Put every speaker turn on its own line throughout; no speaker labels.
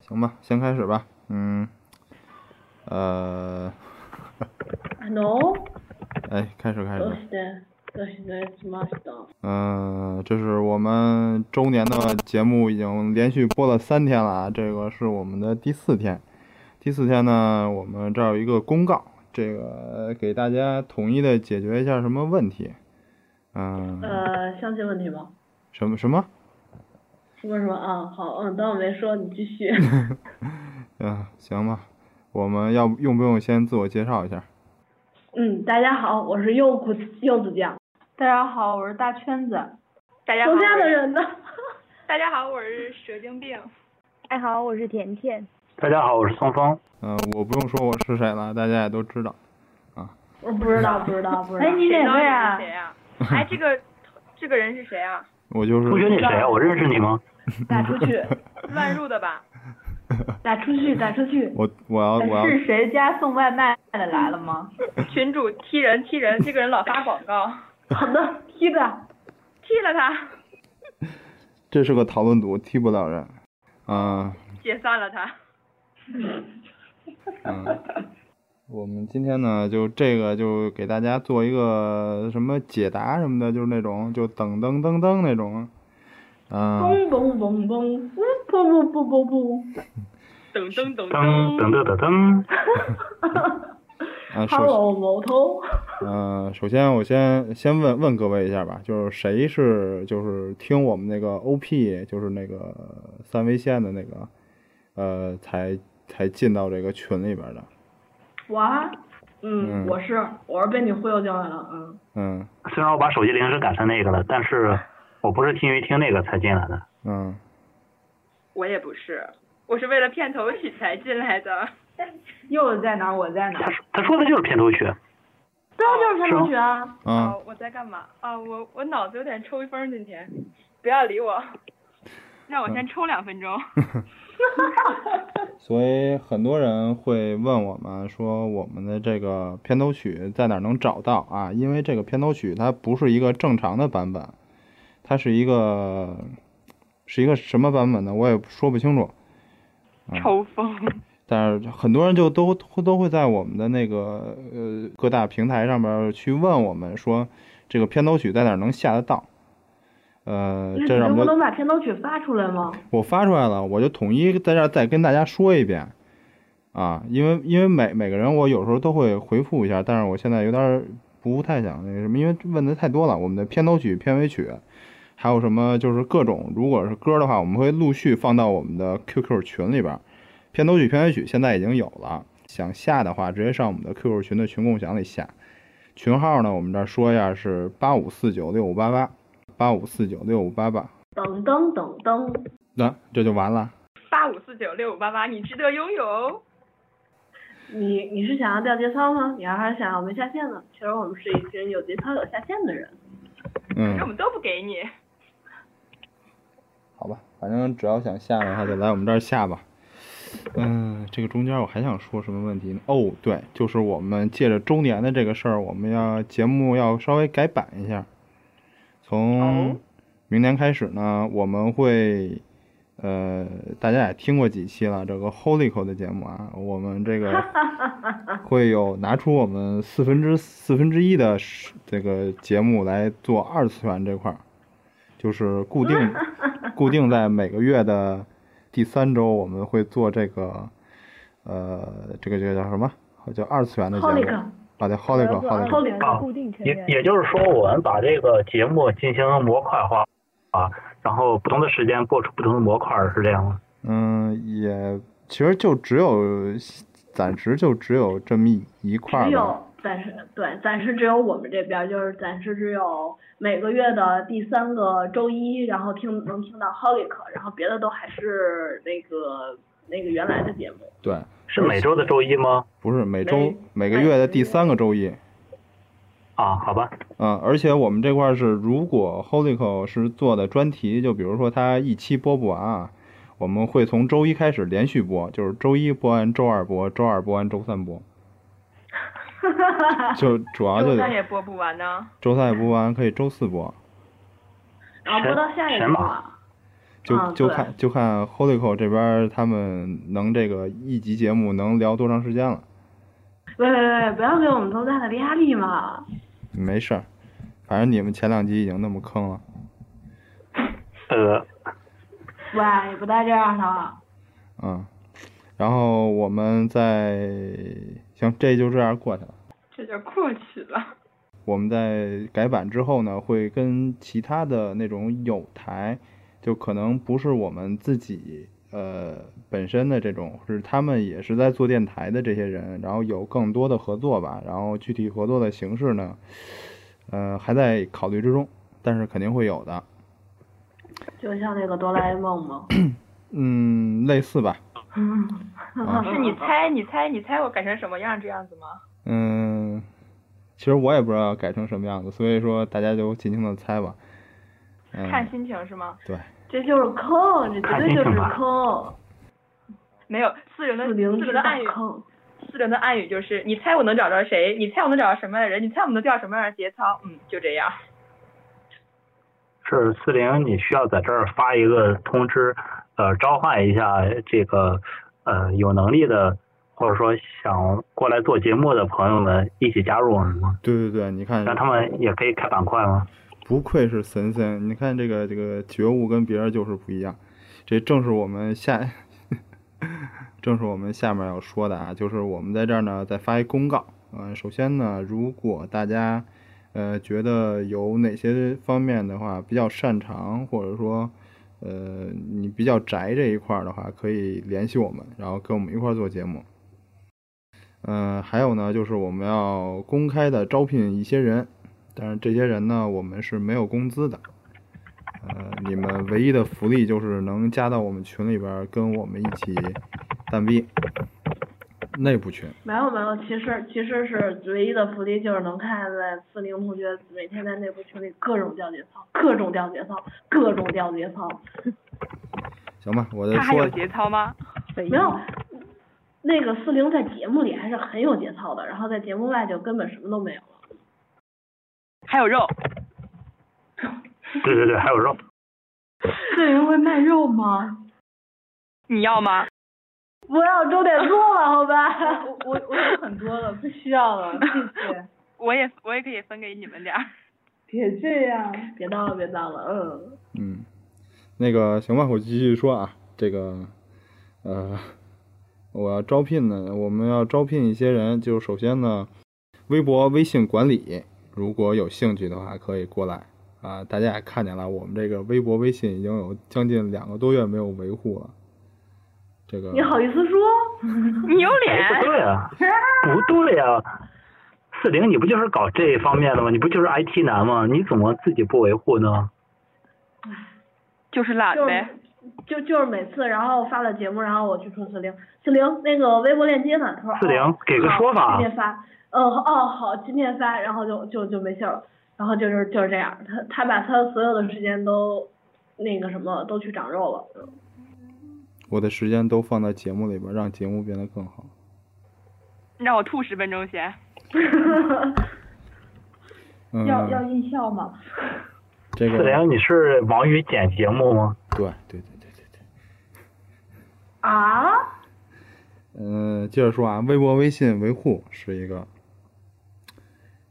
行吧，先开始吧。嗯，呃，
の
哎，开始开
どう
始。
してどうしてしました
嗯、这是我们周年的节目，已经连续播了三天了啊。这个是我们的第四天。第四天呢，我们这儿有一个公告，这个给大家统一的解决一下什么问题。嗯、
呃，相亲问题吗？
什么什么？
什么什么啊？好，嗯，当我没说，你继 续。
嗯，行吧。我们要用不用先自我介绍一下？
嗯，大家好，我是柚子柚子酱。
大家好，我是大 圈子。
大家好，
剩下的
我是
人呢？
大家好，我是蛇精病。
大家好，我是甜甜。
大家好，我是宋峰。
嗯、我不用说我是谁了，大家也都知道。
我不知道，不知道，不知道
哎，。你
谁
哪
知道
个
你
呀
是？谁呀、哎，这个这个人是谁啊？
我就是
同学，你谁啊？我认识你吗？
打出去，
乱入的吧？
打出去，打出去。
我我要啊我要
是谁家送外卖的来 了吗？
群主踢人踢人，这个人老发广告，
好 的，踢的。
踢了他，
这是个讨论组，踢不了人。啊、
解散了他。
嗯， 我们今天呢，就这个就给大家做一个什么解答什么的，就是那种就噔噔噔噔那种。嗯、
嘣嘣嘣嘣，嗯嘣嘣嘣嘣嘣。
噔噔噔
噔噔
噔，
噔噔噔，
啊，首
Hello，某头。
呃，首先我先先问问各位一下吧，就是谁是就是听我们那个 OP，就是那个三维线的那个，呃，才才进到这个群里边的。
我啊，嗯，
嗯
我是我是被你忽悠进来了，嗯。
嗯
虽然我把手机铃声改成那个了，但是我不是因为听那个才进来的。
嗯。
我也不是，我是为了片头曲才进来的。
柚子在哪儿？我在哪
他
儿？
说他说的就是片头曲，
对啊，就是陈同学啊。
啊，
哦，我在干嘛？啊，我我脑子有点抽风，今天不要理我，让我先抽两分钟。
所以很多人会问我们说，我们的这个片头曲在哪儿能找到啊？因为这个片头曲它不是一个正常的版本，它是一个是一个什么版本呢？我也说不清楚。
抽风，
但是很多人就都都会在我们的那个呃各大平台上面去问我们说，这个片头曲在哪儿能下得到？呃，
那
这
你
让
们不
我们
能把片头曲发出来吗？
我发出来了，我就统一在这儿再跟大家说一遍，啊，因为因为每每个人我有时候都会回复一下，但是我现在有点儿不太想那个什么，因为问的太多了。我们的片头曲、片尾曲，还有什么就是各种，如果是歌的话，我们会陆续放到我们的 QQ 群里边儿。片头曲、片尾曲现在已经有了，想下的话直接上我们的 QQ 群的群共享里下。群号呢，我们这儿说一下是八五四九六五八八，八五四九六五八八，
噔噔噔噔，
那这就完了。
八五四九六五八八，你值得拥有。
你你是想要掉节操吗？你还是想要没下线呢？其实我们是一群有节操有下线的人。
嗯
这我，们都不给你。
好吧，反正只要想下的话，就来我们这儿下吧。嗯，这个中间我还想说什么问题呢？哦，对，就是我们借着周年的这个事儿，我们要节目要稍微改版一下。从
哦
明年开始呢，我们会，呃，大家也听过几期了，这个 Holico 的节目啊，我们这个会有拿出我们四分之四分之一的时这个节目来做二次元这块儿，就是固定固定在每个月的第三周，我们会做这个呃这个这个叫什么？叫二次元的节目
Holico
啊，对 Holico
我要
Holico
做二零的固定成
也
员。
也就是说，我们把这个节目进行模块化啊，然后不同的时间播出不同的模块，是这样吗？
嗯，也其实就只有暂时就只有这么一一块
只
儿吧。
有暂时对，暂时只有我们这边儿，就是暂时只有每个月的第三个周一，然后听能听到 Holic，然后别的都还是那个那个原来的节目。
对，
是每周的周一吗？
不是每周
每
每个月的第三个周一。
啊，好吧，
嗯，而且我们这块儿是，如果 Holico 是做的专题，就比如说它一期播不完啊，我们会从周一开始连续播，就是周一播完，周二播，周二播完，周三播。就主要就
周三也播不完呢。
周三也播完，可以周四播。
然后播到下一
神
个
马
了，
就
嗯
就
对
看就看 Holico 这边儿他们能这个一集节目能聊多长时间了。
喂喂喂，不要给我们增大的压力嘛！
没事儿，反正你们前两集已经那么坑了
呃，
喂，不带这样的。
嗯。然后我们再行，这就这样过去了。
这就过去了。
我们在改版之后呢，会跟其他的那种有台，就可能不是我们自己呃本身的这种，是他们也是在做电台的这些人，然后有更多的合作吧。然后具体合作的形式呢，呃还在考虑之中，但是肯定会有的。
就像那个哆啦 A 梦 嘛。
嗯，类似吧。啊
是你猜，你猜，你猜我改成什么样这样子吗？
嗯，其实我也不知道改成什么样子，所以说大家就尽情的猜吧。嗯，
看心情是吗？
对，
这就是坑，这绝对就是坑，
没有，四零的
四
四
零
零
之
的
大
暗语，
坑。
四零的暗语就是你猜我能找着谁？你猜我能找着什么样的人？你猜我们能钓什么样的节操？嗯，就这样。
是四零，你需要在这儿发一个通知，呃，召唤一下这个呃有能力的，或者说想过来做节目的朋友们一起加入我们吗？
对对对，你看
让他们也可以开板块吗？
不愧是神仙，你看这个这个觉悟跟别人就是不一样，这正是我们下， 正是我们下面要说的啊，就是我们在这儿呢再发一公告，嗯、首先呢，如果大家呃觉得有哪些方面的话比较擅长，或者说呃你比较宅这一块儿的话，可以联系我们，然后跟我们一块儿做节目。嗯，还有呢，就是我们要公开的招聘一些人，但是这些人呢，我们是没有工资的。呃，你们唯一的福利就是能加到我们群里边儿，跟我们一起蛋逼内部群。
没有没有，其实其实是唯一的福利就是能看见四零同学每天在内部群里各种掉节操，各种掉节操，各种掉节操。
行吧，我再
他还
呃说
有，节操吗？
没有，那个四零在节目里还是很有节操的，然后在节目外就根本什么都没有了。
还有肉，
对对对，还有肉，
四零会卖肉吗？
你要吗？
不要周点错了，好吧？
我我我有很多了，不需要了，谢谢。
我也我也可以分给你们点儿。
别这样，
别闹了，别闹了，嗯。
嗯，那个行吧，我继续说啊，这个，呃，我要招聘呢，我们要招聘一些人，就首先呢，微博、微信管理，如果有兴趣的话，可以过来啊、大家也看见了，我们这个微博、微信已经有将近两个多月没有维护了，这个
你好意思说？
你有
哎，不
脸，
对啊，不对啊，四零，你不就是搞这方面的吗？你不就是 IT 男吗？你怎么自己不维护呢？
就是懒
就
呗。
是就就是每次，然后发了节目，然后我去冲四零四零那个微博链接呢，他说
四零
哦
给个
好
说法啊
今天发，嗯哦好，今天发，然后就就就没信儿了，然后就是就是这样，他他把他所有的时间都那个什么都去长肉了，嗯
我的时间都放在节目里边，让节目变得更好。
让我吐十分钟先。
嗯，
要要音效吗？
这个
四零，你是忙于剪节目吗？
对对对对对对。
啊？
嗯，接着说啊，微博、微信维护是一个，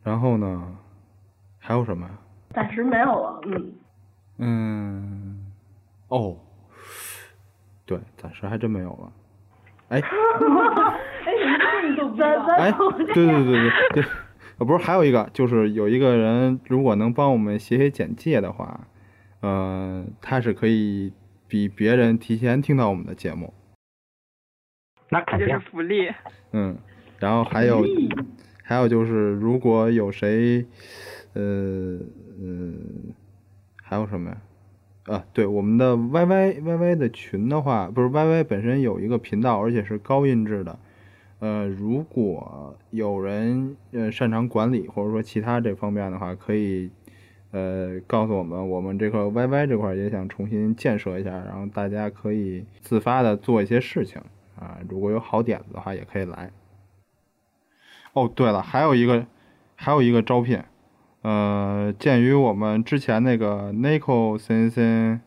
然后呢，还有什么呀？
暂时没有了，嗯，
嗯，哦，对，暂时还真没有了。哎，
哎，你们这么都不知
咱
道？
哎
咱，
对对对对对，呃，不是，还有一个，就是有一个人，如果能帮我们写写简介的话，呃，他是可以比别人提前听到我们的节目，
那肯
这
定
就是。福
哎
利。
嗯，然后还有，还有就是，如果有谁，呃呃，还有什么呀？啊，对，我们的 YY YY 的群的话，不是 YY 本身有一个频道，而且是高音质的。呃，如果有人呃擅长管理或者说其他这方面的话，可以呃告诉我们，我们这块 YY 这块也想重新建设一下，然后大家可以自发的做一些事情啊。如果有好点子的话，也可以来。哦，对了，还有一个还有一个招聘，呃，鉴于我们之前那个 Nico 森森，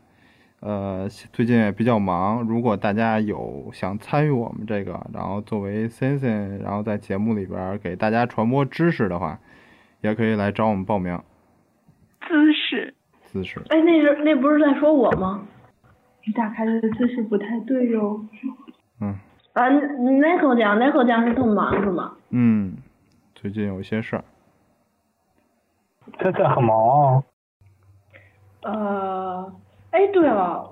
呃，最近也比较忙，如果大家有想参与我们这个，然后作为 Sensen，然后在节目里边儿给大家传播知识的话，也可以来找我们报名
姿势，
姿势。
哎，那是那不是在说我吗？
你打开的姿势不太对哟。
嗯
啊，那口酱，那口酱是特忙是吗？
嗯，最近有一些事儿。
现在 很忙啊，
呃，哎，对了，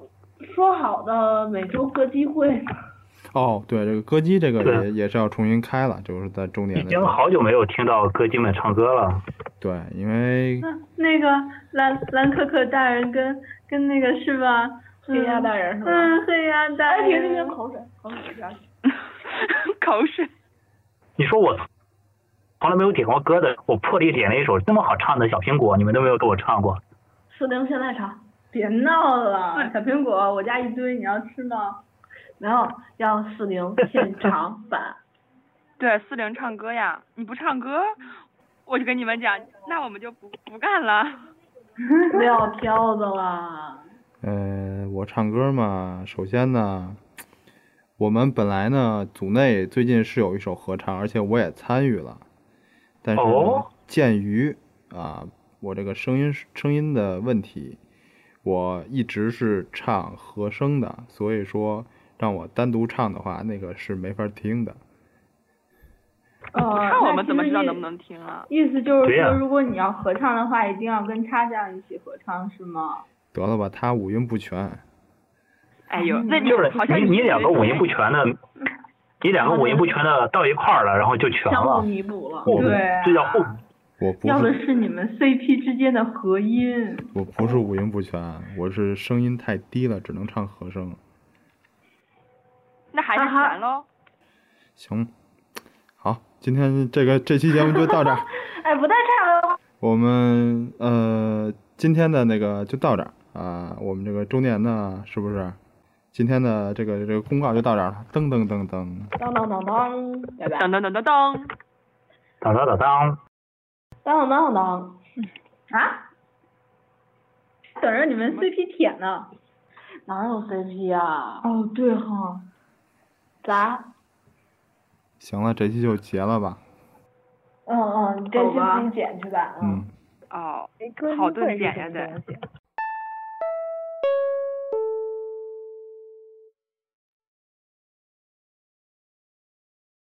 说好的每周各机
嗯
会，
哦，对，这个歌姬这个也
对啊
也是要重新开了，就是在周年
已
的时
经
候。
好久没有听到歌姬们唱歌了。
对，因为
那那个蓝蓝可可大人跟跟那个是吧？
黑鸭大人是吧？
嗯，黑鸭大
哎，
人。
停停停，口水，口水这样。
口水。
你说我从来没有点过歌的，我破例点了一首这么好唱的《小苹果》，你们都没有给我唱过。
四零现在唱，
别闹了，小苹果，我家一堆，你要吃吗？
然后要四零现场 版。
对，四零唱歌呀，你不唱歌，我就跟你们讲，那我们就不不干了。
不要飘子了，
呃，我唱歌嘛，首先呢，我们本来呢组内最近是有一首合唱，而且我也参与了，但是呢
哦
鉴于啊我这个声音声音的问题，我一直是唱和声的，所以说让我单独唱的话，那个是没法听的。
哦，
看我们怎么知道能不能听啊？
意思就是
对呀
说，如果你要合唱的话，一定要跟插酱一起合唱，是吗？
得了吧，他五音不全。
哎呦，那你
就是
好像
你你两个五音不
全。
全的，你两个五音不全的到一块儿了，然后就全
相互
了，
弥补了。
互补
对啊
这叫互补。
我不
要的
是
是你们 CP 之间的合音。
我不是五音不全，我是声音太低了，只能唱和声。
那还是全喽。
行，好，今天这个这期节目就到这儿，
哎，不带岔了。
我们呃今天的那个就到这儿啊、我们这个周年呢是不是？今天的这个这个公告就到这儿了，噔噔噔噔。
当当当当，拜拜。
噔噔噔噔噔。
当当当当。
当当当当当。
啊？等着你们 CP 舔呢。
哪有 CP 啊？
哦，对哈。
咱，
行了，这期就结了吧。
嗯嗯，你这期
好吧
自己剪去吧，嗯。
嗯，
哦
哎，歌
好
姬
顿
会是
点
什
呀
么
得
东西